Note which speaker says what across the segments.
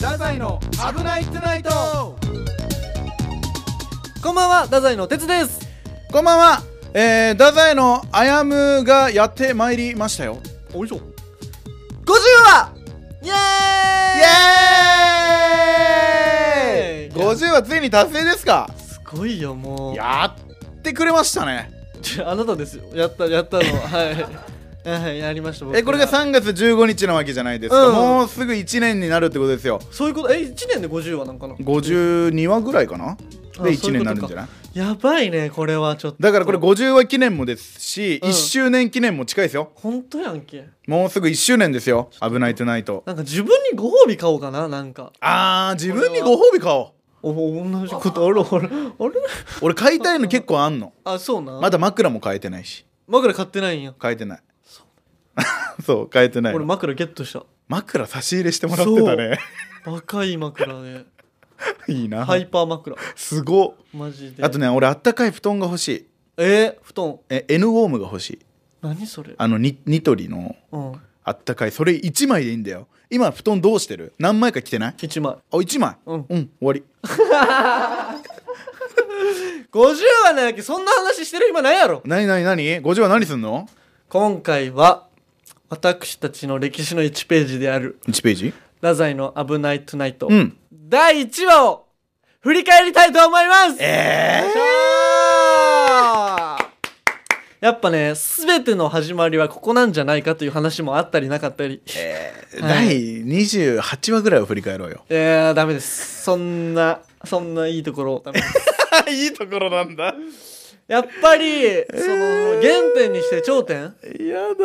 Speaker 1: 太宰の危ないトゥナイト
Speaker 2: こんばんは、太宰の哲です。
Speaker 1: こんばんはえー、太宰のあやむがやってまいりましたよおいしょイ
Speaker 2: 50話イエ
Speaker 1: エーイ50はついに達成ですか
Speaker 2: ーイすごいよ、もう。
Speaker 1: やってくれましたね
Speaker 2: あなたですよ。やった、やった の。はい。はい、やりました、僕
Speaker 1: えこれが3月15日なわけじゃないですか、
Speaker 2: うん
Speaker 1: もうすぐ1年になるってことですよ
Speaker 2: そういうこと、え、1年で50話なんかな
Speaker 1: 52話ぐらいかな
Speaker 2: あ
Speaker 1: で1年になるんじゃない
Speaker 2: やばいね、これはちょっと。
Speaker 1: だからこれ、50話記念もですし、
Speaker 2: うん
Speaker 1: 1周年記念も近いですよ
Speaker 2: 本当やんけ。
Speaker 1: もうすぐ1周年ですよ「危ないトゥナイト
Speaker 2: なんか自分にご褒美買おうかな、なんか。」
Speaker 1: あー自分にご褒美買おう
Speaker 2: お、同じこと、あれ、あれ、あれ
Speaker 1: 俺買いたいの結構あんの
Speaker 2: あ、そうな。
Speaker 1: まだ枕も変えてないし
Speaker 2: 枕買ってないんや。
Speaker 1: 変えてない そう変えてない
Speaker 2: 俺、枕ゲットした。
Speaker 1: 枕差し入れしてもらってたね
Speaker 2: 若い枕で。
Speaker 1: いいな、
Speaker 2: ハイパー枕。
Speaker 1: すごっ
Speaker 2: マジで。
Speaker 1: あとね俺あったかい布団が欲しい
Speaker 2: えー、布団。
Speaker 1: え N ウォームが欲しい
Speaker 2: 何それ。
Speaker 1: あのニニトリの
Speaker 2: うん。
Speaker 1: あったかいそれ1枚でいいんだよ今布団どうしてる何枚か着てない
Speaker 2: 1枚。
Speaker 1: あ1枚
Speaker 2: うん
Speaker 1: 終わり
Speaker 2: 50話なんやけそんな話してる暇ないやろ
Speaker 1: なになになに50は何すんの
Speaker 2: 今回は私たちの歴史の1ページである
Speaker 1: ?1 ページ
Speaker 2: 太宰の「危ないトゥナイト」
Speaker 1: うん
Speaker 2: 第1話を振り返りたいと思います
Speaker 1: ええ
Speaker 2: やっぱね全ての始まりはここなんじゃないかという話もあったりなかったり
Speaker 1: ー
Speaker 2: は
Speaker 1: 第28話ぐらいを振り返ろうよ
Speaker 2: いやーダメですそんなそんないいところダメです
Speaker 1: いいところなんだ
Speaker 2: やっぱりその原点にして頂点
Speaker 1: やだ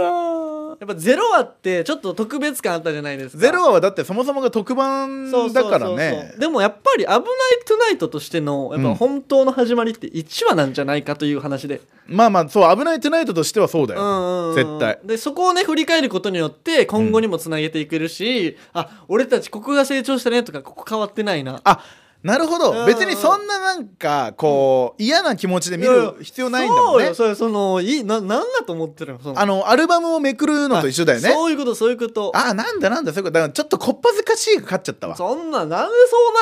Speaker 2: やっぱゼロ話ってちょっと特別感あったじゃないですか
Speaker 1: ゼロ話はだってそもそもが特番だからね
Speaker 2: でもやっぱり「危ないトゥナイト」としてのやっ
Speaker 1: うん
Speaker 2: ぱ本当の始まりって1話なんじゃないかという話で、
Speaker 1: まあまあそう「危ないトゥナイト」としてはそうだ
Speaker 2: うん
Speaker 1: よ、
Speaker 2: うんうん
Speaker 1: 絶対
Speaker 2: でそこをね振り返ることによって今後にもつなげていけるし、あ俺たちここが成長したねとかここ変わってないな
Speaker 1: あなるほ
Speaker 2: うんう
Speaker 1: ど
Speaker 2: ん
Speaker 1: 別にそんななんかこう、嫌な気持ちで見
Speaker 2: いやい
Speaker 1: る
Speaker 2: や
Speaker 1: 必要ないんだも
Speaker 2: そ
Speaker 1: ん
Speaker 2: う
Speaker 1: ね
Speaker 2: よそれそのいいななんだと思ってるのその
Speaker 1: あのアルバムをめくるのと一緒だよね
Speaker 2: そういうことそういうこと
Speaker 1: ああなんだなんだそういうことだからちょっとこっぱずかしいが勝っちゃったわ
Speaker 2: そんななんで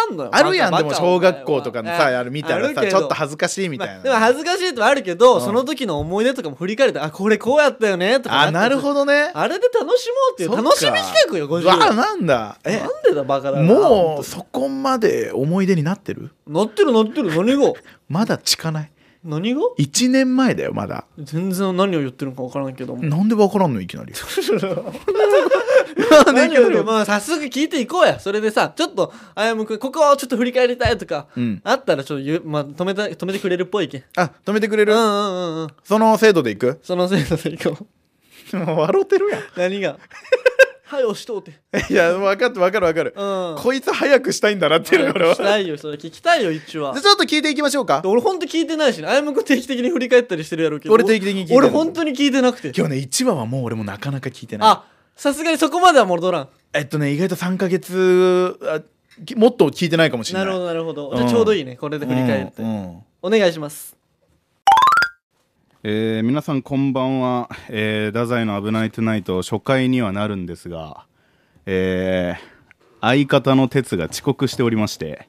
Speaker 2: そうなんのよ
Speaker 1: あるやん
Speaker 2: バ
Speaker 1: で
Speaker 2: カバカ
Speaker 1: も小学校とかの
Speaker 2: お前は
Speaker 1: さある見たら
Speaker 2: ある
Speaker 1: さ
Speaker 2: け
Speaker 1: ち
Speaker 2: ど
Speaker 1: ょっと恥ずかしいみたいな、
Speaker 2: まあでも恥ずかしいとはあるけど、
Speaker 1: うん
Speaker 2: その時の思い出とかも振り返るとあこれこうやったよねとか
Speaker 1: あなるほどね
Speaker 2: あれで楽しもうっていう
Speaker 1: そっか
Speaker 2: 楽しみ企画よ50
Speaker 1: わあ
Speaker 2: な
Speaker 1: なんだえ
Speaker 2: んでだバカだな
Speaker 1: もうそこまで思い出になってる
Speaker 2: 乗ってる乗ってる何 が
Speaker 1: まだ近ない
Speaker 2: 何が
Speaker 1: 1年前だよまだ
Speaker 2: 全然何を言ってるのか分からんけども
Speaker 1: なんでわからんのいきなりなんで い
Speaker 2: 何
Speaker 1: きな
Speaker 2: より
Speaker 1: り
Speaker 2: まあ早速聞いていこうやそれでさちょっとあやむくんここをちょっと振り返りたいとか、
Speaker 1: うん
Speaker 2: あったらちょっとゆ、まあ、止めた止めてくれるっぽいけん
Speaker 1: あ止めてくれ
Speaker 2: う
Speaker 1: る
Speaker 2: んうんうんうん
Speaker 1: その制度でいく
Speaker 2: そのせいでいこう
Speaker 1: 笑ってるやん
Speaker 2: 何が はい押しとうて
Speaker 1: いや分かって分かる分かる
Speaker 2: うん
Speaker 1: こいつ早くしたいんだなっていうの俺は
Speaker 2: 聞き
Speaker 1: じゃ
Speaker 2: たいよそれ聞きたいよ一応は
Speaker 1: あちょっと聞いていきましょうか
Speaker 2: で俺ほんと聞いてないしねあやむくん定期的に振り返ったりしてるやろうけど
Speaker 1: 俺定期的に聞いてる
Speaker 2: 俺ほんとに聞いてなくて
Speaker 1: 今日ね1話はもう俺もなかなか聞いてない
Speaker 2: あさすがにそこまでは戻らん
Speaker 1: えっとね意外と3ヶ月あきもっと聞いてないかもしれな
Speaker 2: ないるほどなるほど、
Speaker 1: うん
Speaker 2: じゃあちょうどいいねこれで振り返って、
Speaker 1: うんうん
Speaker 2: お願いします
Speaker 3: えー皆さんこんばんは、えー、太宰の「危ないトゥナイト」初回にはなるんですが、えー相方の哲が遅刻しておりまして、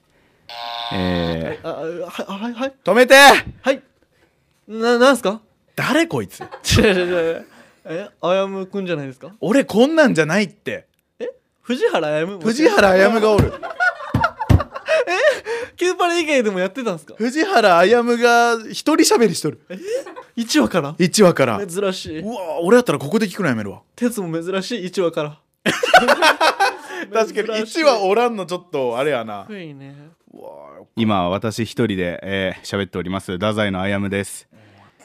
Speaker 3: え
Speaker 2: ああはいはいはい
Speaker 1: 止めて
Speaker 2: はいななんすか
Speaker 1: 誰こいつ
Speaker 2: 違う違う違うえあやむくんじゃないですか
Speaker 1: 俺こんなんじゃないって
Speaker 2: 藤原あやむ
Speaker 1: 藤原あやむがおる
Speaker 2: キューパレ以外でもやってたんすか
Speaker 1: 藤原あやむが一人喋りしとる
Speaker 2: 1話から
Speaker 1: 1話からう
Speaker 2: 珍しい
Speaker 1: わ俺やったらここで聞くのやめるわ
Speaker 2: 鉄も珍しい1話から
Speaker 1: 確かに1話おらんのちょっとあれやな
Speaker 2: 珍しいね
Speaker 3: ー今私一人で喋、えー、喋っております太宰のあやむです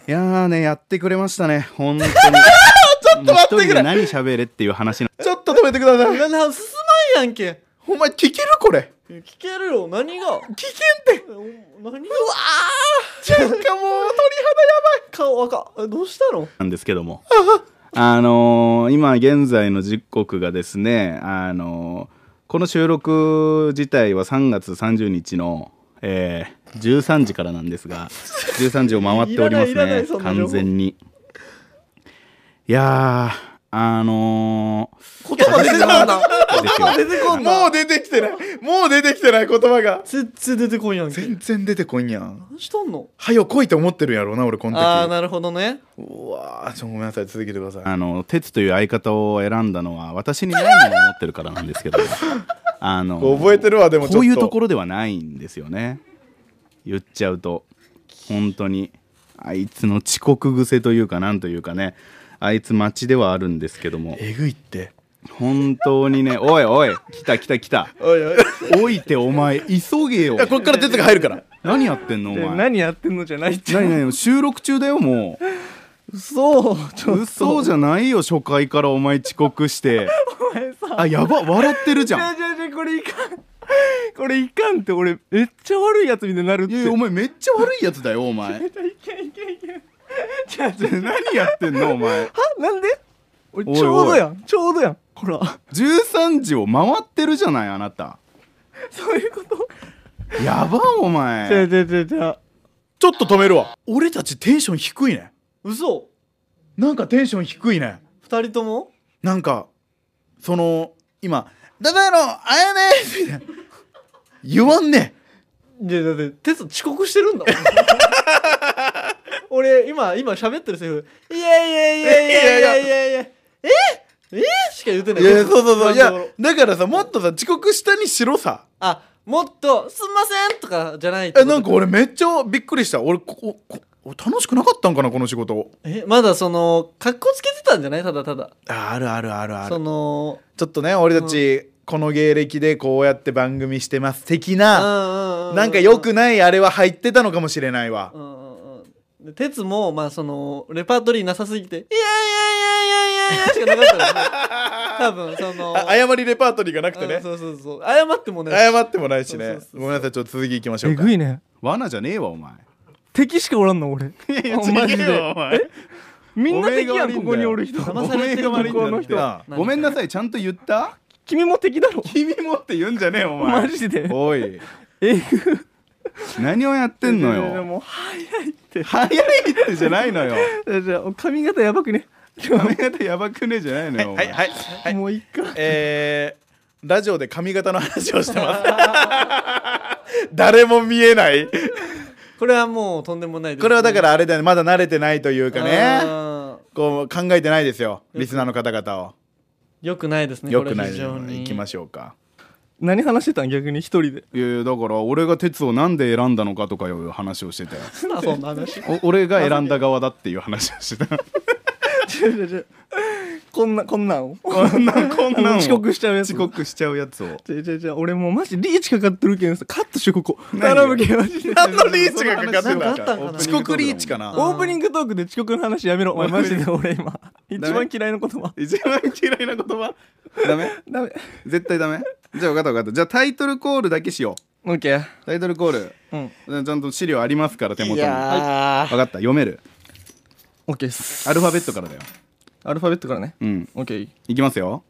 Speaker 3: いやーねやってくれましたね本当 にちょっ
Speaker 1: と待ってくれ
Speaker 3: 人で何喋れっていう話な
Speaker 1: ちょっと止めてください
Speaker 2: なな進まんやんけ
Speaker 1: お前聞けるこれ
Speaker 2: 聞けるよ何が
Speaker 1: 聞けんって
Speaker 2: お何が
Speaker 1: なんかもう鳥肌や
Speaker 2: 顔赤えどうしたの
Speaker 3: んですけどもあのー今現在の時刻がですね、あのーこの収録自体は3月30日の、えー13時からなんですが13時を回っております
Speaker 2: いらないいらない
Speaker 3: ね
Speaker 2: そんな情報
Speaker 3: 完全にいやーあの
Speaker 2: 言葉出てこんな
Speaker 3: ー、ですよ
Speaker 2: 出てこんな
Speaker 1: もう出てきてないもう出てきてない言葉が
Speaker 2: 全然出てこんやんけ
Speaker 1: 全然出てこんやん
Speaker 2: 何しとんの
Speaker 1: はよ来いと思ってるやろうな俺この
Speaker 2: ああー
Speaker 1: 時
Speaker 2: なるほどね
Speaker 1: うわーちょっとごめんなさい続けてください
Speaker 3: あの、鉄という相方を選んだのは、私に何を思ってるからなんですけど、あの
Speaker 1: こう覚えてるわでもちょっと
Speaker 3: こういうところではないんですよね。言っちゃうと、本当に。あいつの遅刻癖というか、なんというかね、あいつ待ちではあるんですけども、
Speaker 1: えぐいって
Speaker 3: 本当にね、おいおい、来た来た来た。
Speaker 1: おいおい
Speaker 3: おいてお前、急げよ
Speaker 1: いや。こっから鉄が入るから
Speaker 3: 何やってんのお
Speaker 4: で
Speaker 3: 前。
Speaker 4: 何やってんのじゃないって
Speaker 3: 何何収録中だよも
Speaker 4: 嘘ちょ
Speaker 3: う嘘じゃないよ初回からお前遅刻して
Speaker 4: お前さ
Speaker 3: あやば笑ってるじゃん
Speaker 4: じゃじゃこれいかんこれいかんって俺めっちゃ悪いやつみたいになるっ
Speaker 3: い
Speaker 4: て
Speaker 3: やいやお前めっちゃ悪いやつだよお前
Speaker 4: いけんいけんいけんじゃじゃ
Speaker 3: 何やってんのお前
Speaker 4: あなんで俺
Speaker 3: おいおい
Speaker 4: ちょうどやんちょうどやんほら
Speaker 3: 13時を回ってるじゃないあなた
Speaker 4: そういうこと
Speaker 3: やばお
Speaker 4: じゃ
Speaker 3: 前
Speaker 4: じゃじゃじゃ
Speaker 1: ちょっと止めるわ俺たちテンション低いね
Speaker 2: 嘘
Speaker 1: なんかテンション低いね
Speaker 2: 二人とも
Speaker 1: なんかその今「だだのあやね」みたいな言わんね
Speaker 2: いやだって哲遅刻してるんだ もん俺今今喋ってるセリフ「いやいやいやいやいやいやいやええしか言ってない
Speaker 1: いやそうそうそういや
Speaker 2: 今のところ
Speaker 1: だからさもっとさ遅刻したにしろさ
Speaker 2: あもっと「すんません」とかじゃないって
Speaker 1: え
Speaker 2: こと
Speaker 1: なんか俺めっちゃびっくりした俺ここここ楽しくなかったんかなこの仕事
Speaker 2: えまだその格好つけてたんじゃないただただ
Speaker 1: ああるあるあるあ
Speaker 2: その
Speaker 1: ちょっとね俺たちこの芸歴でこうやって番組してます的なな
Speaker 2: なん
Speaker 1: か良くないあれは入ってたのかもしれないわ
Speaker 2: うんうんうんで鉄もまあそのレパートリーなさすぎて「いやいやいやいやいやいや」しかなかったのね多分そ の
Speaker 1: あ謝りレパートリーがなくて
Speaker 2: う
Speaker 1: ね
Speaker 2: んそうそうそう謝ってもね
Speaker 1: 謝ってもないしね
Speaker 2: そうそうそう
Speaker 1: ごめんなさいちょっと続きいきましょ
Speaker 4: え
Speaker 1: うか
Speaker 4: ぐいね
Speaker 3: 罠じゃねえわお前
Speaker 4: 敵しかおらんの 俺マジでみんな敵やんここにおる人
Speaker 2: 騙されてる
Speaker 3: お前が悪いんだ
Speaker 4: この人
Speaker 1: な
Speaker 3: ごめんなさいちゃんと言った
Speaker 4: 君も敵だろ
Speaker 3: 君もって言うんじゃねえよお前
Speaker 4: マジで
Speaker 3: おい
Speaker 4: えぐ
Speaker 3: 何をやってんの
Speaker 4: いやいやいや
Speaker 3: よ
Speaker 4: もう早いって
Speaker 3: 早いってじゃないのよ
Speaker 4: じゃじゃ髪型やばくね
Speaker 3: 髪型やばくねえじゃないのよお
Speaker 1: は
Speaker 3: 前
Speaker 1: いはいはい
Speaker 4: もういっか
Speaker 1: えー、ラジオで髪型の話をして ます誰も見えない
Speaker 2: これはもうとんでもないです
Speaker 1: これはだからあれだよねまだ慣れてないというかね
Speaker 2: ね
Speaker 1: こう考えてないですよリスナーの方々を
Speaker 2: よくないですね
Speaker 1: よくない
Speaker 2: これ非
Speaker 1: です
Speaker 2: 常に
Speaker 1: 行きま
Speaker 2: し
Speaker 1: しょうか
Speaker 4: 何話してたん逆に一 人で
Speaker 3: いやいやだから俺が鉄をなんで選んだのかとかいう話をしてたよ
Speaker 2: ょうそんな話
Speaker 3: お 俺が選んだ側だっていう話をしてた
Speaker 4: 違う違う違うこんなこんなんを
Speaker 3: こん なんこんな
Speaker 4: あの
Speaker 3: んを
Speaker 4: 遅刻しちゃうやつ
Speaker 3: 遅刻しちゃうやつを
Speaker 4: 違う違う違う俺もうマジリーチかかってるけんさカットしようここ
Speaker 3: 何
Speaker 4: 頼むけんマジで
Speaker 1: 何のリーチがかかっ
Speaker 2: な
Speaker 1: て
Speaker 2: ん
Speaker 1: る
Speaker 2: かあったんかな
Speaker 1: 遅刻リーチかな
Speaker 4: オープニングトークで遅刻の話やめろお前マジで俺今一番嫌いな言葉
Speaker 3: 一番嫌いな言葉ダメ
Speaker 4: ダメ
Speaker 3: 絶対ダメじゃあ分かった分かったじゃあタイトルコールだけしよ
Speaker 4: オッケー
Speaker 3: うタイトルコール
Speaker 4: うん
Speaker 3: ちゃんと資料ありますから手元に分
Speaker 2: あ
Speaker 3: かった読める
Speaker 4: オッケーっす
Speaker 3: アルファベットからだよ
Speaker 4: アルファベットからね
Speaker 3: うん
Speaker 4: オッケー
Speaker 3: いきますよ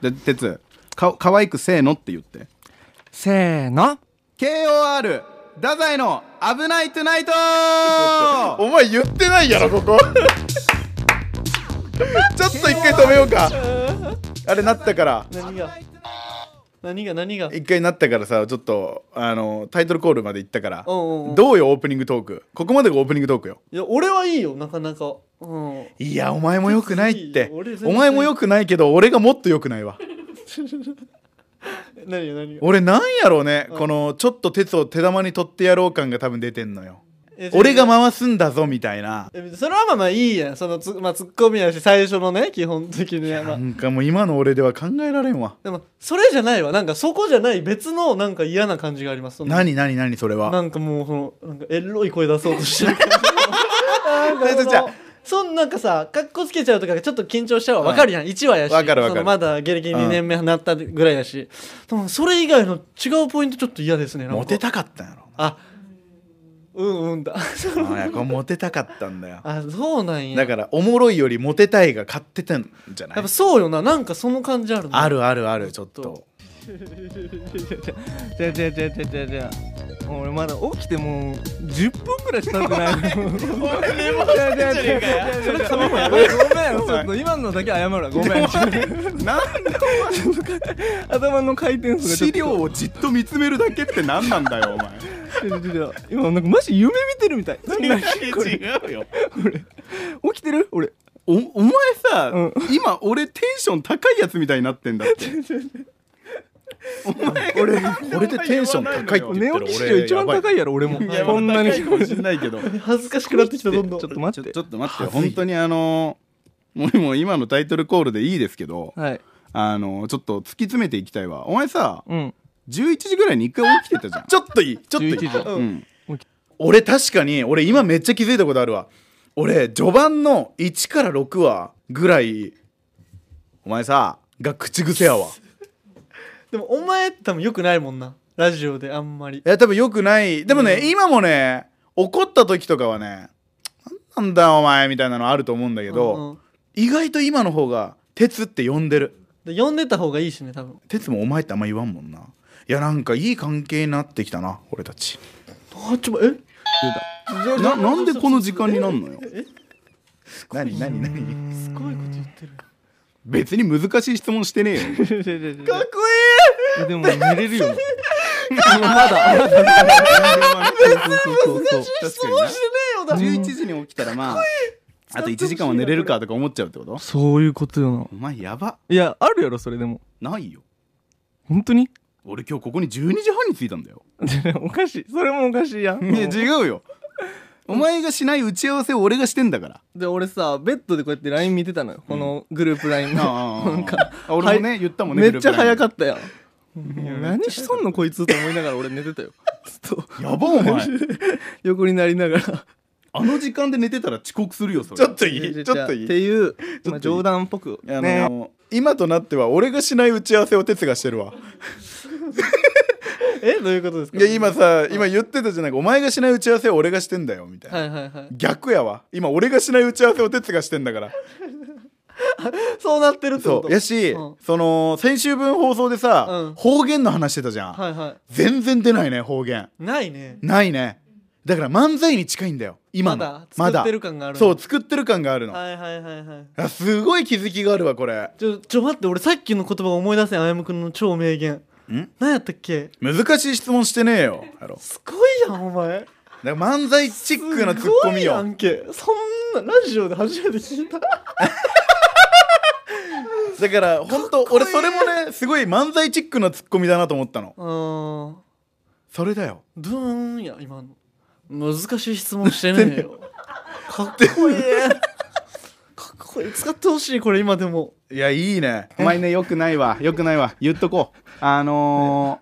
Speaker 3: じゃあ鉄か可愛くせーのって言って
Speaker 4: せーの
Speaker 3: KOR 太宰の「危ないトゥナイト ー」
Speaker 1: お前言ってないやろこ こちょっと一回止めよう かあれなったから
Speaker 2: 何が何が何が
Speaker 1: 一回なったからさちょっとあのタイトルコールまで行ったから
Speaker 2: うんうんうん
Speaker 1: どうよオープニングトークここまでがオープニングトークよ
Speaker 2: いや俺はいいよなかなかうん
Speaker 1: いやお前もよくないっ て
Speaker 2: 俺全然
Speaker 1: お前もよくないけど俺がもっとよくな いわ
Speaker 2: 何が何が
Speaker 1: 俺なんやろうねこのちょっと鉄を手玉に取ってやろう感が多分出てんのよ俺が
Speaker 2: ま
Speaker 1: 回すんだぞみたいな
Speaker 2: それはまあまあいいやんそのつ、まあ、ツッコミやし最初のね基本的には、ま
Speaker 1: な
Speaker 2: あ、
Speaker 1: んかもう今の俺では考えられんわ
Speaker 2: でもそれじゃないわなんかそこじゃない別のなんか嫌な感じがありますその
Speaker 1: 何何何それ
Speaker 2: な
Speaker 1: は
Speaker 2: んかもうそのなんかエロい声出そうとしてる なんかそ
Speaker 1: 大丈夫じゃ
Speaker 2: の
Speaker 1: あ
Speaker 2: そんなんかさかっこつけちゃうとかちょっと緊張しちゃうわわかるやん1話やし
Speaker 1: わかるわかる
Speaker 2: そのまだ芸歴2年目になったぐらいやし、でもそれ以外の違うポイントちょっと嫌ですねなんか
Speaker 1: モテたかったんやろ
Speaker 2: あうんうんだ その
Speaker 1: あいやこれモテたかったん だよ
Speaker 2: あそうなんや
Speaker 1: だからおもろいよりモテたいが勝ってたんじゃな
Speaker 2: やっ
Speaker 1: い
Speaker 2: ぱそうよななんかその感じあるね
Speaker 1: あるあるあるちょっ
Speaker 2: ちょっ
Speaker 1: と
Speaker 4: じゃじゃじゃじゃじゃじゃ俺まだ起きてもう10分くらいし経ってない 俺寝坊してんじゃねえかよそれ髪もやばいごめんちょっと今のだけ謝るわごめん
Speaker 3: なんで
Speaker 4: 頭の回転数
Speaker 3: 資
Speaker 4: がちょ
Speaker 3: 料をじっと見つめるだけって何なんだよお前
Speaker 4: っとちょちょちょ今なんかマジ夢見てるみたいなんかこれ
Speaker 3: うよ
Speaker 4: 起きてる俺
Speaker 3: おお前さ、
Speaker 4: うん
Speaker 3: 今俺テンション高いやつみたいになってんだって
Speaker 1: 俺これでテンション高いって言って
Speaker 4: 寝
Speaker 1: る
Speaker 4: 起き史上一番高いやろ俺も
Speaker 3: や
Speaker 4: こんなに
Speaker 3: 高いかもしんないけどち
Speaker 2: 恥ずかしくなってきたどんどん
Speaker 4: ちょっと待っ
Speaker 3: ょ
Speaker 4: て
Speaker 3: ちょっと待って本当にあの俺もう今のタイトルコールでいいですけど
Speaker 4: はい
Speaker 3: あのちょっと突き詰めていきたいわお前さ
Speaker 4: うん
Speaker 3: 11時ぐらいに一回起きてたじゃん
Speaker 1: ちょっといいちょっといい
Speaker 4: 11時
Speaker 3: うん
Speaker 1: 俺確かに俺今めっちゃ気づいたことあるわ俺序盤の1から6話ぐらいお前さが口癖やわ
Speaker 2: でもお前って多分よくないもんなラジオであんまり
Speaker 1: いや多分良くないでもね、今もね怒った時とかはねなんなんだよお前みたいなのあると思うんだけど、
Speaker 2: うんうん
Speaker 1: 意外と今の方が「鉄」って呼んでる
Speaker 2: で呼んでた方がいいしね多分
Speaker 1: 鉄もお前ってあんま言わんもんないやなんかいい関係になってきたな俺たち
Speaker 2: あちょえ
Speaker 3: ななんでこの時間になんのよ
Speaker 1: 何何何
Speaker 2: すごいこと言ってる
Speaker 3: 別に難しい質問してねえよ
Speaker 2: かっこ
Speaker 4: でも寝れるよ。 まだ。
Speaker 2: いい質
Speaker 3: 確かに
Speaker 2: 問
Speaker 3: な
Speaker 2: してねえよ
Speaker 3: 11時に起きたらまああと1時間は寝れるかとか思っちゃうってこと
Speaker 4: そういうことよな。
Speaker 3: お前やば
Speaker 4: いや、あるやろ、それでも。
Speaker 3: ないよ
Speaker 4: 本当に
Speaker 3: 俺今日ここに12時半に着いたんだよ
Speaker 4: おかしい。それもおかしいやん。
Speaker 3: いや違うよお前がしない打ち合わせを俺がしてんだから
Speaker 4: で、俺さ、ベッドでこうやって LINE 見てたのよ。このグループ LINE の。
Speaker 3: なん
Speaker 4: か
Speaker 3: 俺もね言ったもんね
Speaker 4: めっちゃ早か
Speaker 3: っ
Speaker 4: ったやん。もう何しとんのこいつと思いながら俺寝てたよ。ずっと
Speaker 3: たやば お前
Speaker 4: 横になりながら。
Speaker 3: あの時間で寝てたら遅刻するよそれ
Speaker 1: ちょっといいちょっと
Speaker 4: っ
Speaker 1: いい
Speaker 4: ていう、まあ冗談っぽく。
Speaker 1: あの、
Speaker 4: ね
Speaker 1: 今となっては俺がしない打ち合わせを鉄がしてるわ
Speaker 2: ええどういうことですか
Speaker 1: いや今さ今言ってたじゃないかお前がしない打ち合わせを俺がしてんだよみたいな、
Speaker 2: はいはいはい
Speaker 1: 逆やわ今俺がしない打ち合わせを哲がしてんだから
Speaker 2: そうなってるってこ
Speaker 1: そ
Speaker 2: と
Speaker 1: うやし、
Speaker 2: うん
Speaker 1: その先週分放送でさ、
Speaker 2: うん
Speaker 1: 方言の話してたじゃん、
Speaker 2: はいは
Speaker 1: 全然出ないね方言
Speaker 2: いないね
Speaker 1: ないねだから漫才に近いんだよ今
Speaker 2: まだ
Speaker 1: の
Speaker 2: 作ってる感がある
Speaker 1: そう作ってる感があるの、
Speaker 2: はいはいはいはい
Speaker 1: あすごい気づきがあるわこれ
Speaker 2: ちょちょ待って俺さっきの言葉を思い出せんあやむくんの超名言
Speaker 1: ん
Speaker 2: 何やったっけ
Speaker 1: 難しい質問してねえよやろ
Speaker 2: すごいやんお前
Speaker 1: だから漫才チックなツッコ
Speaker 2: す
Speaker 1: ミ
Speaker 2: ごいや
Speaker 1: よ
Speaker 2: んけそんなラジオで初めて聞 いた
Speaker 1: だから本当俺それもねすごい漫才チックなツッコミだなと思ったの
Speaker 2: うーん
Speaker 1: それだよ
Speaker 2: ドゥーンや今の難しい質問してねえよ かっこいい かっこいい使ってほしいこれ今でも
Speaker 1: いやいいね
Speaker 3: お前ねよくない わよくないわ言っとこうあの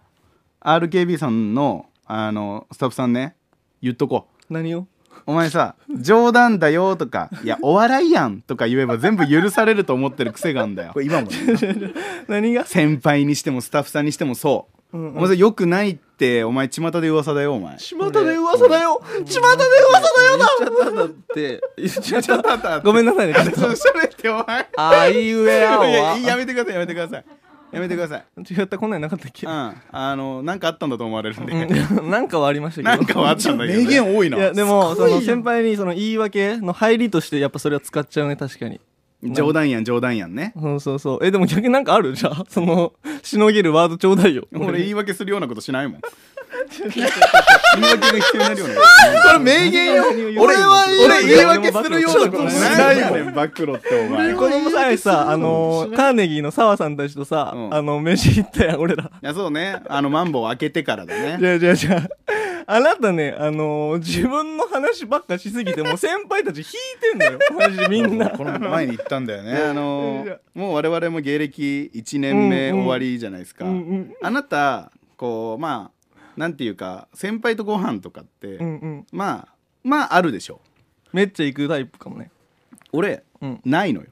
Speaker 3: ー RKB さんのあのスタッフさんね言っとこう
Speaker 4: 何を
Speaker 3: お前さ冗談だよとかいやお笑いやんとか言えば全部許されると思ってる癖があんだよ
Speaker 1: これ今もね
Speaker 4: 何が
Speaker 3: 先輩にしてもスタッフさんにしてもそう、
Speaker 4: うんうん
Speaker 3: お前さよくないってお前巷で噂だよお前
Speaker 2: 巷で噂だよ巷で噂だよな
Speaker 4: 言っちゃったんだって。言っちゃった。
Speaker 3: ただ
Speaker 4: ごめんなさ いね。ちょっと
Speaker 3: 喋ってお前
Speaker 4: あいうえあお
Speaker 3: いや
Speaker 4: はい
Speaker 3: ややめてくださいやめてくださいやめてください
Speaker 4: 違ったこんなんなかったっけ
Speaker 3: うんあのなんかあったんだと思われるんで、
Speaker 4: うん なんかはありまし
Speaker 3: な
Speaker 4: たけど
Speaker 3: んかはあったんだけど、
Speaker 1: 名
Speaker 3: ね、
Speaker 1: 言多いない
Speaker 4: やでも
Speaker 2: すご
Speaker 4: そ
Speaker 2: いよ
Speaker 4: の先輩にその言い訳の入りとしてやっぱそれは使っちゃうね確かに
Speaker 3: 冗談やん冗談やんね
Speaker 4: そうそうそうえでも逆になんかあるじゃあそのしのげるワードちょうだいよ
Speaker 3: 俺言
Speaker 4: い
Speaker 3: い訳するようなことしないもん言い訳が必要になるようなことしない
Speaker 1: これ名言よ俺は俺言い訳するようなことし
Speaker 3: な
Speaker 1: ないい
Speaker 3: よ
Speaker 1: も
Speaker 3: ね
Speaker 1: ん
Speaker 3: 暴露ってお前い
Speaker 4: 子供さえさあのカーネギーの澤さんたちとさ
Speaker 3: うん
Speaker 4: あの飯行ったやん俺 ら
Speaker 3: やそうねあのマンボウ開けてからだ
Speaker 4: じ
Speaker 3: ね
Speaker 4: ゃあじゃあじゃああなたねあの自分の話ばっかしすぎてもう先輩たち引いてんだ よマジみんな
Speaker 1: この前に言ったんだよ
Speaker 3: ねあ
Speaker 1: ね
Speaker 3: の
Speaker 4: いや
Speaker 3: もう我々も芸歴1年目終わりじゃないですか、
Speaker 4: うんうん
Speaker 3: あなたこうまあなんていうか先輩とご飯とかって、
Speaker 4: うんうん
Speaker 3: まあまああるでしょ
Speaker 4: めっちゃ行くタイプか もね
Speaker 3: 俺、
Speaker 4: うん
Speaker 3: ないのよ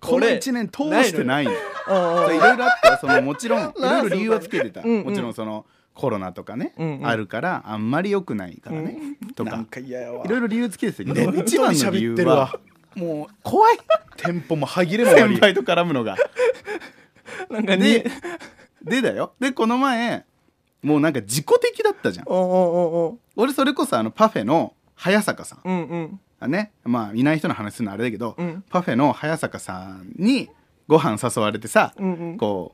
Speaker 3: この
Speaker 2: 俺
Speaker 3: 1年通してないの
Speaker 4: あ
Speaker 3: そういろいろあってそのも ちろんいろいろ理由はつけてた、
Speaker 4: んうん
Speaker 3: もちろんそのコロナとかね、
Speaker 4: うんうん
Speaker 3: あるからあんまり良くないからね、と
Speaker 1: な
Speaker 3: か
Speaker 1: んか嫌やわ
Speaker 3: いろいろ理由つけてたけど、
Speaker 1: ね
Speaker 3: 一番の理由は
Speaker 1: もう怖いテンポも歯切れも悪
Speaker 3: 先
Speaker 1: い
Speaker 3: 輩と絡むのが
Speaker 4: なんかね
Speaker 3: ででだよでこの前もうなんか自己的だったじゃん
Speaker 4: おうお
Speaker 3: 俺それこそあのパフェの早坂さん
Speaker 4: うおううんうん
Speaker 3: あねまあいない人の話するのあれだけど、
Speaker 4: うん
Speaker 3: パフェの早坂さんにご飯誘われてさ、
Speaker 4: うんうん
Speaker 3: こ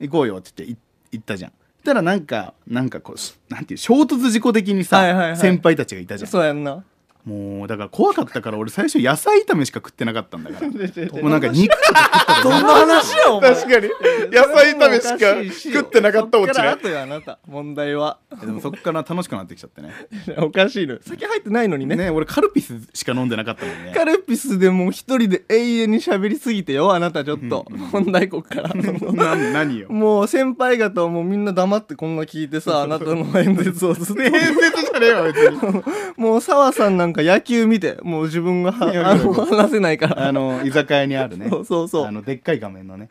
Speaker 3: う行こうよって言ってい行ったじゃんそしたらなんかなんかこうしなんていう衝突事故的にさ、
Speaker 4: はいはいはい
Speaker 3: 先輩たちがいたじゃん
Speaker 4: そうやんな
Speaker 3: もうだから怖かったから俺最初野菜炒めしか食ってなかったんだ からもうなんか肉とか
Speaker 4: どんな話やお前
Speaker 1: 確かに野菜炒めしか食ってなかった
Speaker 4: そ
Speaker 1: オ
Speaker 4: っ
Speaker 1: チ
Speaker 4: から
Speaker 1: ね
Speaker 4: あとよあなた問 題は
Speaker 3: でもそっから楽しくなってきちゃってね
Speaker 4: おかしいの酒入ってないのにね
Speaker 3: ね俺カルピスしか飲んでなかったもんね
Speaker 4: カルピスでもう一人で永遠に喋りすぎてよあなたちょっと本題こっから
Speaker 3: な何よ
Speaker 4: もう先輩方はもうみんな黙ってこんな聞いてさあなたの演説をずっと
Speaker 3: 伝説じゃねえわ別に
Speaker 4: もう澤さんなんか野球見てもう自分が
Speaker 3: いや
Speaker 4: あの話せないから
Speaker 3: あの居酒屋にあるね
Speaker 4: そうそうそ
Speaker 3: あ
Speaker 4: う
Speaker 3: のでっかい画面のね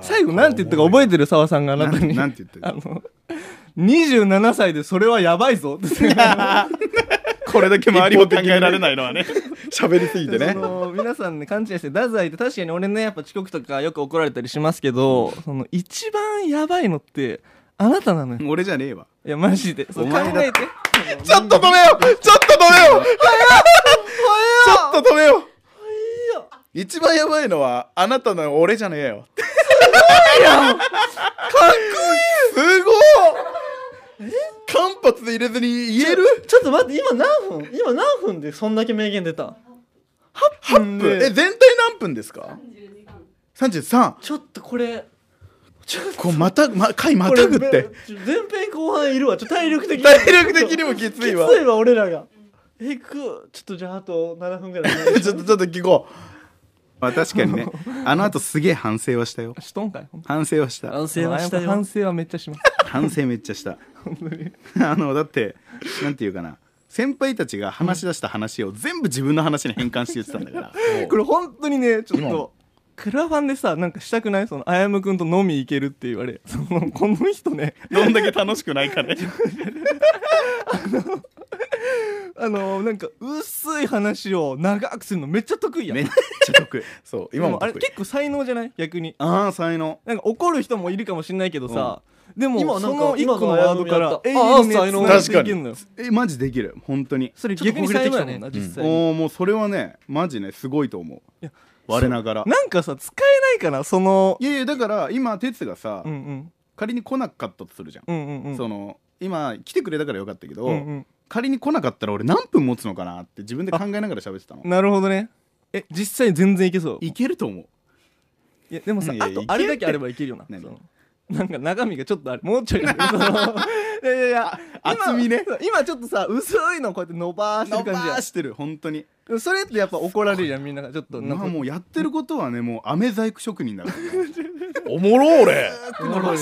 Speaker 4: 最後なんて言ったか覚えてる澤さんがあなたに
Speaker 3: なんなんて言った
Speaker 4: あの27歳でそれはやばいぞって
Speaker 3: これだけ周りも考えられないのはね喋りすぎてね
Speaker 4: その皆さんね勘違いして太宰って確かに俺ねやっぱ遅刻とかよく怒られたりしますけどその一番やばいのってあなたなのよ
Speaker 3: 俺じゃねえわ
Speaker 4: いやマジでそ
Speaker 3: お
Speaker 4: う考
Speaker 3: 前だ
Speaker 4: えて
Speaker 1: ちょっと止めよちょっと止めよちょっと止めよ一番やばいのはあなたの俺じゃねえよすごいやんかっこいいすごい間髪で入れずに言える
Speaker 2: ちょっと待って今何分今何分でそんだけ名言出た
Speaker 1: 8分え全体何分ですか33
Speaker 2: ちょっとこれちょっと
Speaker 1: こうまた、ま、回ま
Speaker 2: これ
Speaker 1: たぐって
Speaker 2: ちょ前編後半いるわちょっと体力的に
Speaker 1: 体力的にもきつ
Speaker 2: きつ
Speaker 1: いわ
Speaker 2: いわ俺らがえくちょっとじゃああと7分ぐ らい
Speaker 1: ちょっとちょっと聞こ
Speaker 3: まあ確かに ねあの後すげえ反省はしたよ
Speaker 4: しとんかい
Speaker 3: 反省は した
Speaker 2: 反省はしたよ
Speaker 4: 反省はめっちゃ します
Speaker 3: 反省めっちゃした
Speaker 4: 本当に
Speaker 3: あのだってなんていうかな先輩たちが話し出した話を全部自分の話に変換して言ってたんだ から
Speaker 4: これ本当にねちょっ
Speaker 3: うん
Speaker 4: とクラファンでさなんかしたくないそのあやむくんと飲み行けるって言われそのこの人ね
Speaker 3: どんだけ楽しくないかね
Speaker 4: あのなんか薄い話を長くするのめっちゃ得意やん
Speaker 3: めっちゃ得
Speaker 1: そう
Speaker 4: で
Speaker 1: 今も
Speaker 4: もあれ
Speaker 1: 得意
Speaker 4: 結構才能じゃない逆に
Speaker 3: ああ才能
Speaker 4: なんか怒る人もいるかもしれないけどさ、でも
Speaker 2: 今なんか
Speaker 4: その一個の
Speaker 2: 今の
Speaker 4: ワードから永
Speaker 2: 今の
Speaker 4: 遠に
Speaker 2: あ才能
Speaker 4: 繋がっていけるのよ
Speaker 3: えマジできる本当に
Speaker 4: それ逆に才能やねん
Speaker 2: ち
Speaker 4: な
Speaker 2: ょ
Speaker 4: 実際に、
Speaker 3: おおもうそれはねマジねすごいと思う
Speaker 4: や
Speaker 3: 我ながら
Speaker 4: なんかさ使えないかなその
Speaker 3: いやいやだから今哲がさ、
Speaker 4: うんうん
Speaker 3: 仮に来なかったとするじゃん、
Speaker 4: うんうんうん
Speaker 3: その今来てくれたからよかったけど、
Speaker 4: うん
Speaker 3: 仮に来なかったら俺何分持つのかなって自分で考えながら喋ってたの
Speaker 4: うんなるほどねえ実際全然いけそう
Speaker 3: いけると思う
Speaker 4: いやでもさ
Speaker 3: いや
Speaker 4: あ
Speaker 3: いや
Speaker 4: とあれだけあればいけるよな
Speaker 3: 何
Speaker 4: そのなんか中身がちょっとあれもうちょいそのいやいやいや今
Speaker 3: 厚みね
Speaker 4: 今ちょっとさ薄いのこうやって伸ばして
Speaker 3: 伸
Speaker 4: る感じ
Speaker 3: ば
Speaker 4: や
Speaker 3: してる本当に
Speaker 4: でもそれってやっぱ怒られるやんみんながちょっとなん
Speaker 3: ま
Speaker 4: か
Speaker 3: あもうやってることはねもう飴細工職人だからね
Speaker 1: おもろ俺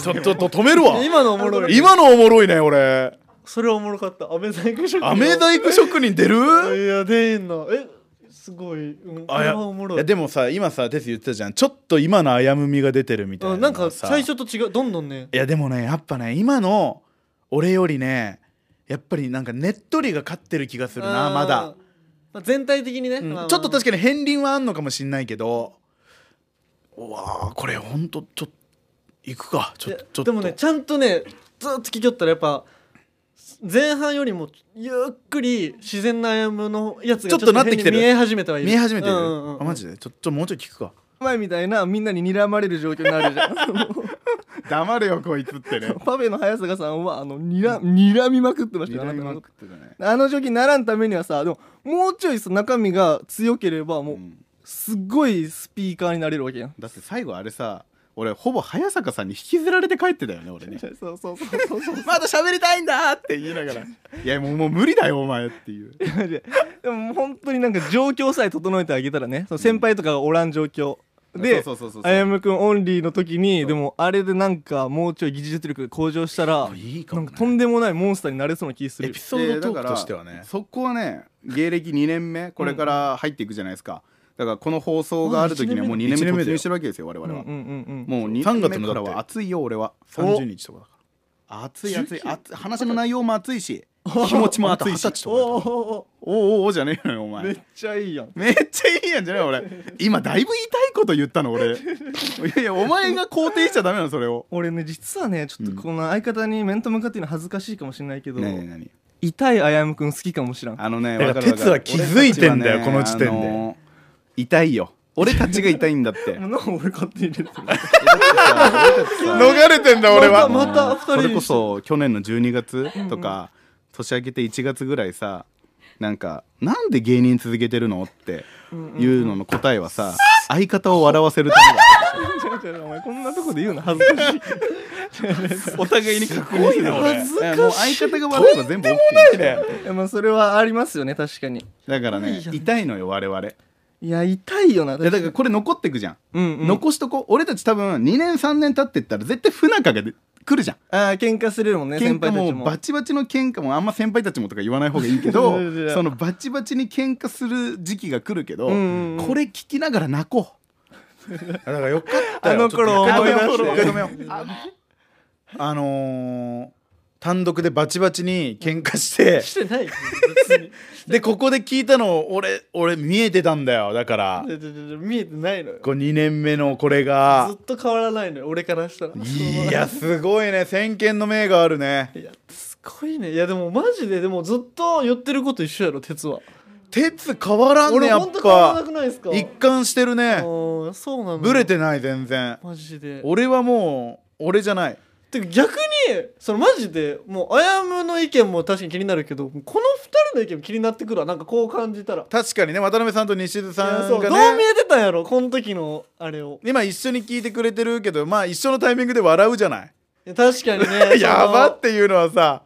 Speaker 1: ちょちょっと止めるわ
Speaker 2: 今のおもろい
Speaker 1: 今のおもろいね俺
Speaker 2: それおもろかった飴細工職人
Speaker 1: 飴細工職人出る
Speaker 2: いや出んのえすごい、うん、こ
Speaker 1: あ
Speaker 2: れ
Speaker 1: や
Speaker 2: はおもろ
Speaker 1: い
Speaker 2: い
Speaker 1: やでもさ今さ哲言ってたじゃんちょっと今の危むみが出てるみたいな
Speaker 2: うん、なんか最初と違うどんどんね
Speaker 1: いやでもねやっぱね今の俺よりねやっぱりなんかねっとりが勝ってる気がするな
Speaker 2: あー
Speaker 1: まだ、
Speaker 2: まあ、全体的にね、
Speaker 1: うん
Speaker 2: まあまあ
Speaker 1: ちょっと確かに片鱗はあんのかもしんないけどうわーこれほんとちょっと行くかちょ
Speaker 2: い
Speaker 1: っ
Speaker 2: や
Speaker 1: とちょっと
Speaker 2: でもねちゃんとねずっと聞きよったらやっぱ前半よりもゆっくり自然な歩むのやつが
Speaker 1: ちょっとなってきてる
Speaker 2: ちょっと変に見え始めてはいる
Speaker 1: 見え始めてる、
Speaker 2: うんうんうん
Speaker 1: あマジでちょっともうちょい聞くか
Speaker 4: 前みたいなみんなに睨まれる状況になるじゃん
Speaker 3: 黙れよこいつってね
Speaker 4: パフェの早坂さんはあの睨睨みまくってましたよあ
Speaker 3: 睨
Speaker 4: な
Speaker 3: み
Speaker 4: たの
Speaker 3: ま
Speaker 4: こ
Speaker 3: くってたね
Speaker 4: とあの状況にならんためにはさでももうちょいさ中身が強ければもう、
Speaker 3: ん
Speaker 4: すっごいスピーカーになれるわけやん
Speaker 3: だって最後あれさ俺ほぼ早坂さんに引きずられて帰ってたよね俺ね
Speaker 4: そうそうそうそうそう
Speaker 3: まだ喋りたいんだって言いながらいやもうもう無理だよお前っていう
Speaker 4: ででも本当になんか状況さえ整えてあげたらねその先輩とかがおらん状況、で
Speaker 3: そうそうそうそう
Speaker 4: あやむくんオンリーの時にでもあれでなんかもうちょい技術力が向上したら
Speaker 1: いいか
Speaker 4: な
Speaker 1: も
Speaker 4: ん
Speaker 1: ね
Speaker 4: かとんでもないモンスターになれそうな気する
Speaker 1: エピソードトークとしては
Speaker 3: えーだ
Speaker 1: ね
Speaker 3: からそこはね芸歴2年目これから入っていくじゃないですか、だからこの放送がある時にはもう2年目
Speaker 1: 一年目だよ
Speaker 3: 突入してるわけですよ我
Speaker 4: うん
Speaker 3: 々は、
Speaker 4: うんうん
Speaker 3: もう2
Speaker 1: 三
Speaker 3: 年
Speaker 1: 月
Speaker 3: 目
Speaker 1: の
Speaker 3: からは暑いよ俺は
Speaker 1: 30日とかだか
Speaker 3: 暑い暑い暑い話の内容も暑いし気持ちも暑いし
Speaker 1: 二十歳とかだ
Speaker 3: おーおーおーじゃねえのよお
Speaker 4: うんめっ
Speaker 3: 前
Speaker 4: ちゃいいやん
Speaker 3: めっちゃいいやんじゃねえ俺今だいぶ痛いこと言ったの俺
Speaker 1: いやいやお前が肯定しちゃダメなのそれを
Speaker 4: 俺ね実はねちょっ
Speaker 1: うん
Speaker 4: とこの相方に面と向かって言うの恥ずかしいかもしれないけど、
Speaker 3: 何何
Speaker 4: 痛いあやむくん好きかもしらん
Speaker 3: あのね
Speaker 1: だ
Speaker 3: わ
Speaker 1: か
Speaker 3: からるわか
Speaker 1: 哲
Speaker 3: る
Speaker 1: は気づいてんだよ
Speaker 3: 俺たちはね
Speaker 1: この時点で
Speaker 3: あの痛いよ俺たちが痛いんだ って
Speaker 4: なんか俺勝手に入れてる
Speaker 1: 逃れてんだ俺は
Speaker 2: また二人
Speaker 3: それこそ去年の12月とか年明けて1月ぐらいさなんかなんで芸人続けてるのっていうのの答えはさ相方を笑わせるためだ
Speaker 4: 違う違うお前こんなとこで言うの恥ずかしい
Speaker 1: お互いに確認してた俺
Speaker 2: 恥ず
Speaker 3: い
Speaker 2: か
Speaker 3: や
Speaker 2: し
Speaker 3: もう相方が笑えば全部 OK にしよう
Speaker 4: いやまあそれはありますよね確かに
Speaker 3: だからね痛いのよ我々い
Speaker 4: いや痛いよな
Speaker 3: やだからこれ残ってくじゃん
Speaker 4: うん、うん、
Speaker 3: 残しとこう俺たち多分2年3年経ってったら絶対不仲がで来るじゃん
Speaker 4: あー喧嘩するもんね
Speaker 3: 喧
Speaker 4: 先
Speaker 3: 嘩
Speaker 4: 輩た
Speaker 3: も
Speaker 4: ちも
Speaker 3: バチバチの喧嘩もあんま先輩たちもとか言わない方がいいけど
Speaker 4: いやいや
Speaker 3: そのバチバチに喧嘩する時期が来るけど、
Speaker 4: うんうんうん
Speaker 3: これ聞きながら泣こ
Speaker 1: だからよかった
Speaker 4: あ
Speaker 1: よ
Speaker 4: の頃
Speaker 1: ちょっと
Speaker 4: 思い
Speaker 1: 一回
Speaker 4: 出して
Speaker 1: 止めよう一回止めようあのー単独でバチバチに喧嘩して
Speaker 2: してない別に
Speaker 1: でここで聞いたのを俺俺見えてたんだよだから
Speaker 2: でででで見えてないのよ
Speaker 1: こう2年目のこれ
Speaker 2: ず
Speaker 1: が
Speaker 2: っと変わらないのよ俺からしたら
Speaker 1: いやすごいね先見の明があるね
Speaker 2: いやすごいねいやでもマジででもずっと言ってること一緒やろ鉄は
Speaker 1: 鉄変わらんね
Speaker 2: 俺
Speaker 1: や
Speaker 2: ほ
Speaker 1: っ
Speaker 2: んと変わらな
Speaker 1: ぱ
Speaker 2: くないですか
Speaker 1: 一貫してる
Speaker 2: あ
Speaker 1: ね
Speaker 2: ーそうなの
Speaker 1: ブレてない全然
Speaker 2: マジで
Speaker 1: 俺はもう俺じゃない
Speaker 2: てか逆にそのマジでもうあやむの意見も確かに気になるけどこの二人の意見も気になってくるわなんかこう感じたら
Speaker 1: 確かにね渡辺さんと西津
Speaker 2: い
Speaker 1: さ
Speaker 2: や
Speaker 1: ん
Speaker 2: そうどう
Speaker 1: が
Speaker 2: 見
Speaker 1: ね
Speaker 2: えてたんやろこの時のあれを
Speaker 1: 今一緒に聞いてくれてるけどまあ一緒のタイミングで笑うじゃない
Speaker 2: いや確かに ね
Speaker 1: やばっ
Speaker 2: そ
Speaker 1: ていうのはさ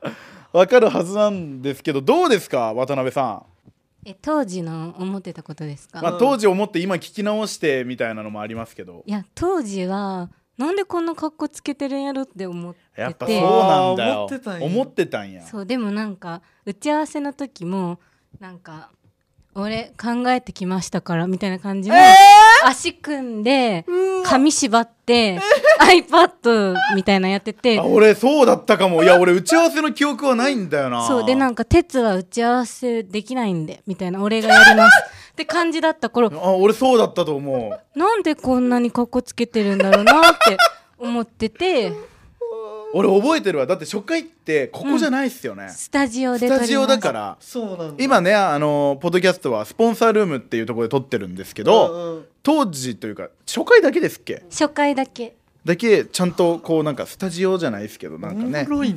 Speaker 1: 分かるはずなんですけどどうですか渡辺さ
Speaker 5: え当時の思ってたことですか、
Speaker 1: ん、まあ、当時思って今聞き直してみたいなのもありますけど
Speaker 5: いや当時はなんでこんな格好つけてるんやろって思ってて
Speaker 1: やっぱそうなんだ
Speaker 2: あー思っ
Speaker 1: よ
Speaker 2: てたんや
Speaker 1: 思ってたんや
Speaker 5: そうでもなんか打ち合わせの時もなんか俺考えてきましたからみたいな感じの、足組んで髪縛って iPad みたいなやってて
Speaker 1: あ俺そうだったかもいや俺打ち合わせの記憶はないんだよな
Speaker 5: そうでなんか「鉄は打ち合わせできないんで」みたいな「俺がやります」って感じだった頃
Speaker 1: あ俺そうだったと思う
Speaker 5: なんでこんなにかっこつけてるんだろうなって思ってて
Speaker 1: 俺覚えてるわだって初回ってここじゃないっすよね、ス
Speaker 5: スタジオで撮りま
Speaker 1: タ
Speaker 5: した
Speaker 1: ジオだから
Speaker 2: うなんだ
Speaker 1: 今ねあのポッドキャストはスポンサールームっていうところで撮ってるんですけど、
Speaker 2: うんうん
Speaker 1: 当時というか初回だけですっけ
Speaker 5: 初回だけ
Speaker 1: だけちゃんとこうなんかスタジオじゃないですけどなんかね
Speaker 2: おもろい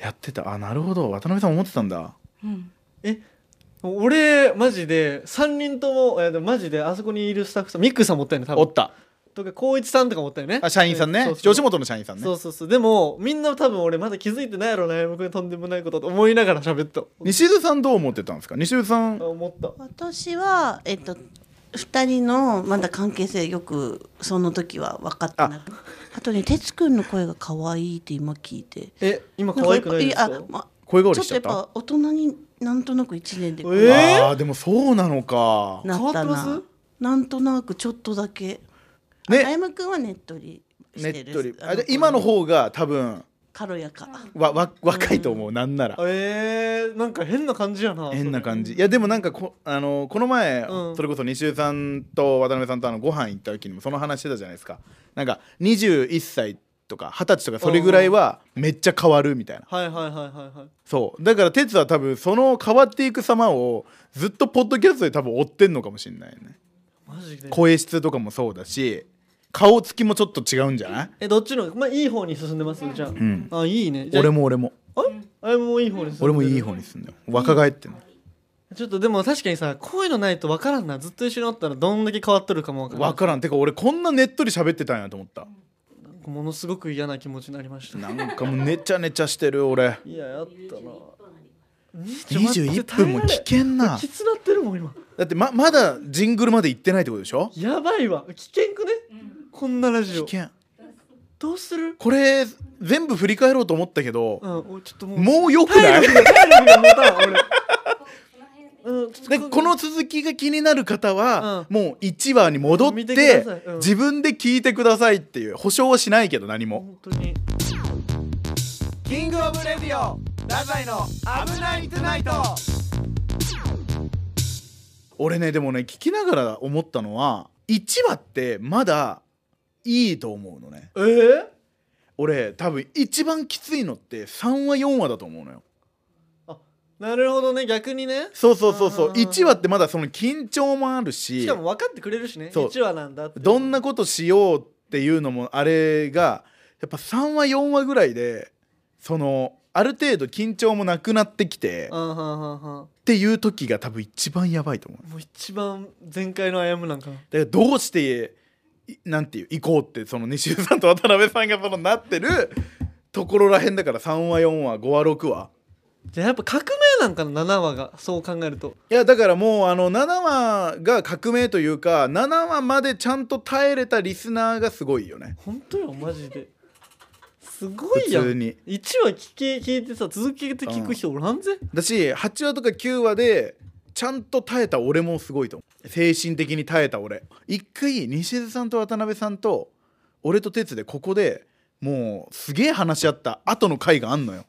Speaker 1: やってたあなるほど渡辺さん思ってたんだ
Speaker 5: うん
Speaker 2: え俺マジで3人ともいやでもマジであそこにいるスタッフさんミックさんもったよね多
Speaker 1: お
Speaker 2: 分
Speaker 1: った
Speaker 2: とか光一さんとかもったよね
Speaker 1: あ社員さんね
Speaker 2: そうそう
Speaker 1: 吉本の社員さんね
Speaker 2: そうそうそうでもみんな多分俺まだ気づいてないやろな山君とんでもないことと思いながら喋っ た
Speaker 1: 西津さんどう思ってたんですか西津さん
Speaker 2: あ思った
Speaker 6: 私はえっと二人のまだ関係性よくその時は分かってなくあとね哲くんの声が可愛いって今聞いて
Speaker 2: え今可愛くないですか
Speaker 6: んかやっぱいやま
Speaker 1: 声変わ
Speaker 6: ち
Speaker 1: り
Speaker 6: ょっ
Speaker 1: し
Speaker 6: と
Speaker 1: ちゃ
Speaker 6: や
Speaker 1: っ
Speaker 6: ったぱ大人になんとなく一年でこう
Speaker 2: えー
Speaker 1: あーでもそうなのか
Speaker 6: なった
Speaker 2: 変わってま
Speaker 6: な
Speaker 2: す
Speaker 6: なんとなくちょっとだけ
Speaker 1: ね
Speaker 6: あやむくんはねっとり
Speaker 1: ね
Speaker 6: し
Speaker 1: って
Speaker 6: る
Speaker 1: とり
Speaker 6: あ
Speaker 1: あ
Speaker 6: の
Speaker 1: で今の方が多分
Speaker 6: 軽やか
Speaker 1: わわ若いと思うなんなら
Speaker 2: えー、なんか変な感じやな
Speaker 1: 変な感
Speaker 2: じ
Speaker 1: じいやでもなんかこあのこの前、
Speaker 2: うん
Speaker 1: それこそ西尾さんと渡辺さんとあのご飯行った時にもその話してたじゃないですかなんか21歳とか20歳とかそれぐらいはめっちゃ変わるみたいな
Speaker 2: はいはいはいはいはい
Speaker 1: そうだから哲は多分その変わっていく様をずっとポッドキャストで多分追ってんのかもしれないね
Speaker 2: マジで
Speaker 1: 声質とかもそうだし顔つきもちょっと違うんじゃない
Speaker 2: えどっちのまあいい方に進んでますじゃあ、
Speaker 1: ん
Speaker 2: あいいねじゃあ
Speaker 1: 俺も俺も
Speaker 2: ああれもいい方に進んでる
Speaker 1: 俺もいい方にすんだよ若返ってんの
Speaker 2: ちょっとでも確かにさこういうのないと分からんなずっと一緒におったらどんだけ変わっとるかも分からん
Speaker 1: 分からんてか俺こんなねっとり喋ってたんやと思った
Speaker 2: ものすごく嫌な気持ちになりました
Speaker 1: なんかもうねちゃねちゃしてる 俺
Speaker 2: いややったな
Speaker 1: 21分も危険な
Speaker 2: きつなってるもん今
Speaker 1: だってままだジングルまで行ってないってことでしょ
Speaker 2: やばいわ危険くね、こんなラジ
Speaker 1: 危
Speaker 2: オ
Speaker 1: 険
Speaker 2: どうする
Speaker 1: これ全部振り返ろうと思ったけど
Speaker 2: うんおちょっともう
Speaker 1: もうよくない
Speaker 2: 体力が持たん俺うんちょっと
Speaker 1: でこの続きが気になる方は、
Speaker 2: う
Speaker 1: もう1話に戻っ
Speaker 2: 見
Speaker 1: て
Speaker 2: てくださいうん
Speaker 1: 自分で聞いてくださいっていう保証はしないけど何も
Speaker 2: 本当に
Speaker 7: キングオブレディオダザイの危ないトゥナイト
Speaker 1: 俺ねでもね聞きながら思ったのは1話ってまだいいと思うのね
Speaker 2: えー、
Speaker 1: 俺多分一番きついのって3話4話だと思うのよ
Speaker 2: なるほどね逆にね
Speaker 1: そうそうそうそう
Speaker 2: あー
Speaker 1: 1話ってまだその緊張もあるし
Speaker 2: しかも分かってくれるしね
Speaker 1: そう
Speaker 2: 1話なんだって
Speaker 1: どんなことしようっていうのもあれがやっぱ3話4話ぐらいでそのある程度緊張もなくなってきて
Speaker 2: あ
Speaker 1: っ
Speaker 2: はんはんはんも
Speaker 1: ていう時が多分一番やばいと思う
Speaker 2: う一番全開の歩むなんかな
Speaker 1: だからどうしていなんていう行こうってその西尾さんと渡辺さんがそのなってるところらへんだから3話4話5話6話
Speaker 2: じゃあやっぱ革命なんかな7話がそう考えると
Speaker 1: いやだからもうあの7話が革命というか7話までちゃんと耐えれたリスナーがすごいよね
Speaker 2: 本当よマジですご
Speaker 1: 普
Speaker 2: いやん
Speaker 1: 通
Speaker 2: 1
Speaker 1: に
Speaker 2: 話聞け聞いてさ続けて聞く人おらんぜ、
Speaker 1: だし8話とか9話でちゃんと耐えた俺もすごいと思う精神的に耐えた俺一回西津さんと渡辺さんと俺と哲でここでもうすげえ話し合った後の回があんのよ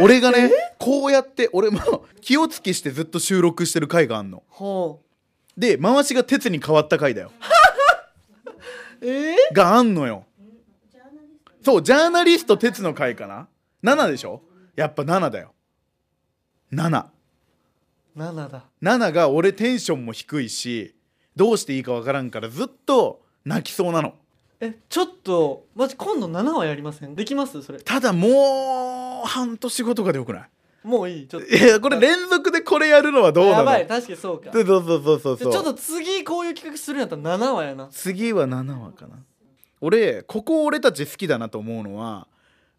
Speaker 1: 俺がねこうやって俺も気をつけしてずっと収録してる回があんの
Speaker 2: ほ
Speaker 1: で回しが哲に変わった回だよ
Speaker 2: う えー、
Speaker 1: があんのよそうジャーナリスト哲の回かな7でしょやっぱ7だよ7
Speaker 2: 7だ
Speaker 1: ナナが俺テンションも低いしどうしていいかわからんからずっと泣きそうなの
Speaker 2: えちょっとマジ今度7話やりませんできますそれ
Speaker 1: ただもう半年後とかでよくな
Speaker 2: もういいちょっと
Speaker 1: いいやこれ連続でこれやるのはどうな
Speaker 2: や
Speaker 1: の
Speaker 2: ばい確かにそうか
Speaker 1: そうそうそうそう
Speaker 2: で
Speaker 1: そう
Speaker 2: ちょっと次こういう企画するんやったら7話やな
Speaker 1: 次は7話かな俺ここ俺たち好きだなと思うのは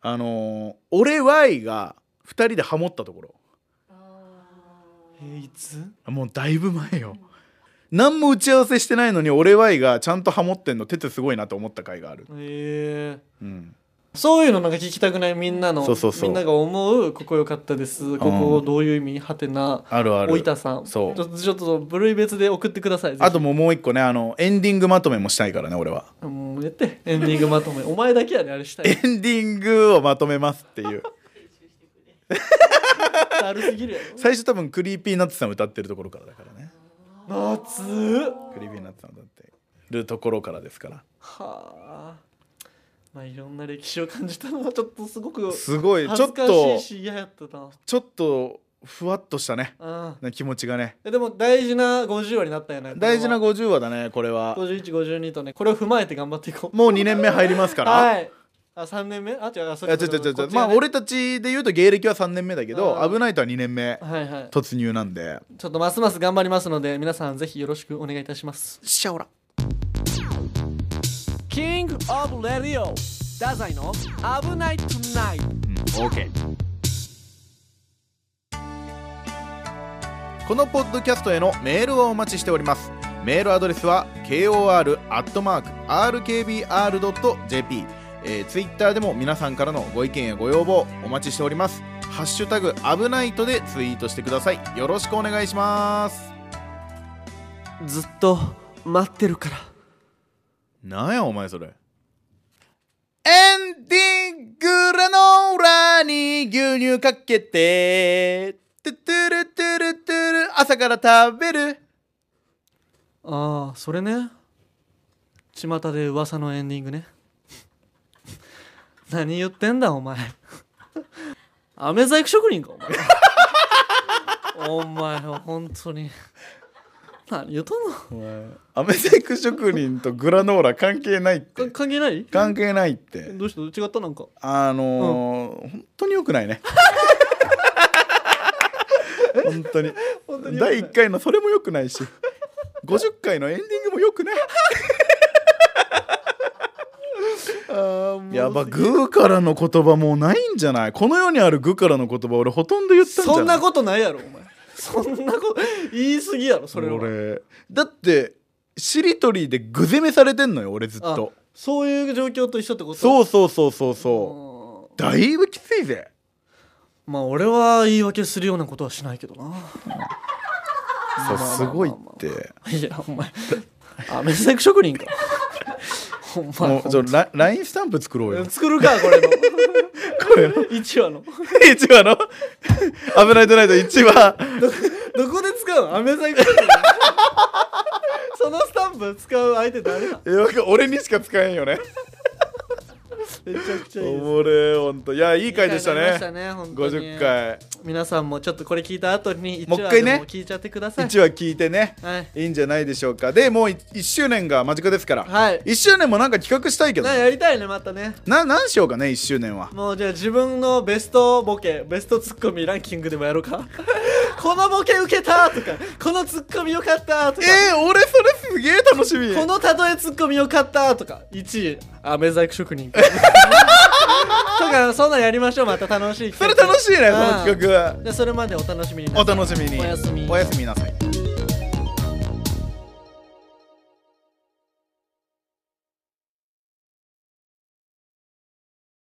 Speaker 1: あのー俺 Y が2人でハモったところ
Speaker 2: えーいつ
Speaker 1: もうだいぶ前よ何も打ち合わせしてないのに俺 Y がちゃんとハモってんのてつすごいなと思った回がある、
Speaker 2: ええ
Speaker 1: うん、
Speaker 2: そういうのなんか聞きたくないみんなの
Speaker 1: そうそうそう
Speaker 2: みんなが思うここ良かったですここどういう意味はてな
Speaker 1: あるある
Speaker 2: おいたさん
Speaker 1: そう
Speaker 2: ちょっとちょっと部類別で送ってくださいぜひ
Speaker 1: あともうもう一個ねあのエンディングまとめもしたいからね俺は
Speaker 2: もうやってエンディングまとめお前だけやであれした
Speaker 1: エ
Speaker 2: い
Speaker 1: ンディングをまとめますっていう
Speaker 2: あるすぎるや
Speaker 1: 最初多分クリーピーナッツさん歌ってるところからだからね
Speaker 2: ろ夏っ
Speaker 1: クリーピーナッツさん歌ってるところからですから
Speaker 2: はあまあいろんな歴史を感じたのはちょっとすごく
Speaker 1: すごい
Speaker 2: 恥
Speaker 1: ちょ
Speaker 2: ず
Speaker 1: っ
Speaker 2: か
Speaker 1: と
Speaker 2: しいし嫌やったな
Speaker 1: ちょっとふわっとしたね
Speaker 2: あ
Speaker 1: 気持ちがね
Speaker 2: でも大事な50話になったよね
Speaker 1: 大事な50話だねこれは
Speaker 2: 5152とねこれを踏まえて頑張っていこう
Speaker 1: もう2年目入りますから、
Speaker 2: はいあ3年目あ違うあ
Speaker 1: い
Speaker 2: そ
Speaker 1: や
Speaker 2: っ
Speaker 1: ちょちょちょち
Speaker 2: こ
Speaker 1: ょ
Speaker 2: っち
Speaker 1: ま
Speaker 2: が
Speaker 1: あ
Speaker 2: ね
Speaker 1: 俺たちで言うと芸歴は3年目だけど
Speaker 2: うん
Speaker 1: 危ないとは2年目
Speaker 2: はいはい
Speaker 1: 突入なんで
Speaker 2: ちょっとますます頑張りますので皆さんぜひよろしくお願いいたします
Speaker 6: シャオラ
Speaker 7: キングオブレディオダザイの危ないトゥナイト
Speaker 1: このポッドキャストへのメールをお待ちしておりますメールアドレスは kor.rkbr.jp えー、ツイッターでも皆さんからのご意見やご要望お待ちしておりますハッシュタグ危ないとでツイートしてくださいよろしくお願いします
Speaker 7: ずっと待ってるから
Speaker 1: なんやお前それエンディングラノーラに牛乳かけてトゥトゥルトゥルトゥル朝から食べる
Speaker 2: ああそれね巷で噂のエンディングね 何言ってんだお前飴細工職人かお前お前は本当に何言うとんの
Speaker 1: アメセク職人とグラノーラ関係ないっ
Speaker 2: か
Speaker 1: て
Speaker 2: 関係ない
Speaker 1: 関係ないって
Speaker 2: どうした違ったなんか
Speaker 1: あのー本当に良くないね本当に第1回のそれも良くないし50回のエンディングも良くないやばグーからの言葉もうないんじゃないこの世にあるグーからの言葉俺ほとんど言ったんじゃない
Speaker 2: そんなことないやろお前 そんなこと言い過ぎやろそれは
Speaker 1: 俺だってしりとりでグ攻めされてんのよ俺ずっ
Speaker 2: あ
Speaker 1: と
Speaker 2: そういう状況と一緒ってこと
Speaker 1: そうそうそうそうそう
Speaker 2: う
Speaker 1: だいぶきついぜ
Speaker 2: まあ俺は言い訳するようなことはしないけどな
Speaker 1: そうすごいって
Speaker 2: いやお前あメ細工職人か お前
Speaker 1: もうちょラ LINE スタンプ作ろうよ
Speaker 2: 作るかこれの
Speaker 1: これ
Speaker 2: 1話の
Speaker 1: 1話の 「危ないトナイト」1話
Speaker 2: どこで使うのアメ細工職人そのスタンプ使う相手誰だ
Speaker 1: えなんか俺にしか使えん よね
Speaker 2: めちゃくちゃいい
Speaker 1: お
Speaker 2: です
Speaker 1: もれえほんといやいい回でした
Speaker 2: いい回になり
Speaker 1: ね
Speaker 2: ましたね本当に
Speaker 1: 50回
Speaker 2: 皆さんもちょっとこれ聞いた後に一
Speaker 1: もう
Speaker 2: 話
Speaker 1: 一回
Speaker 2: で
Speaker 1: ね
Speaker 2: も聞いちゃってください
Speaker 1: 1話聞いてね
Speaker 2: はい
Speaker 1: いいんじゃないでしょうかでもう1周年が間近ですから、
Speaker 2: はい
Speaker 1: 1周年もなんか企画したいけど
Speaker 2: なやりたいねまたね
Speaker 1: な何しようかね1周年は
Speaker 2: もうじゃあ自分のベストボケベストツッコミランキングでもやろうか このボケ受けたとかこのツッコミよかったとか、
Speaker 1: えー、俺それすげえ楽しみ
Speaker 2: この例えツッコミよかったとか1位あメ細工職 人とかそんなんやりましょうまた楽しい
Speaker 1: それ楽しいねその
Speaker 2: うん
Speaker 1: 企画
Speaker 2: でそれまでお楽しみに
Speaker 1: お楽しみに
Speaker 2: おやすみ
Speaker 1: おやすみなさい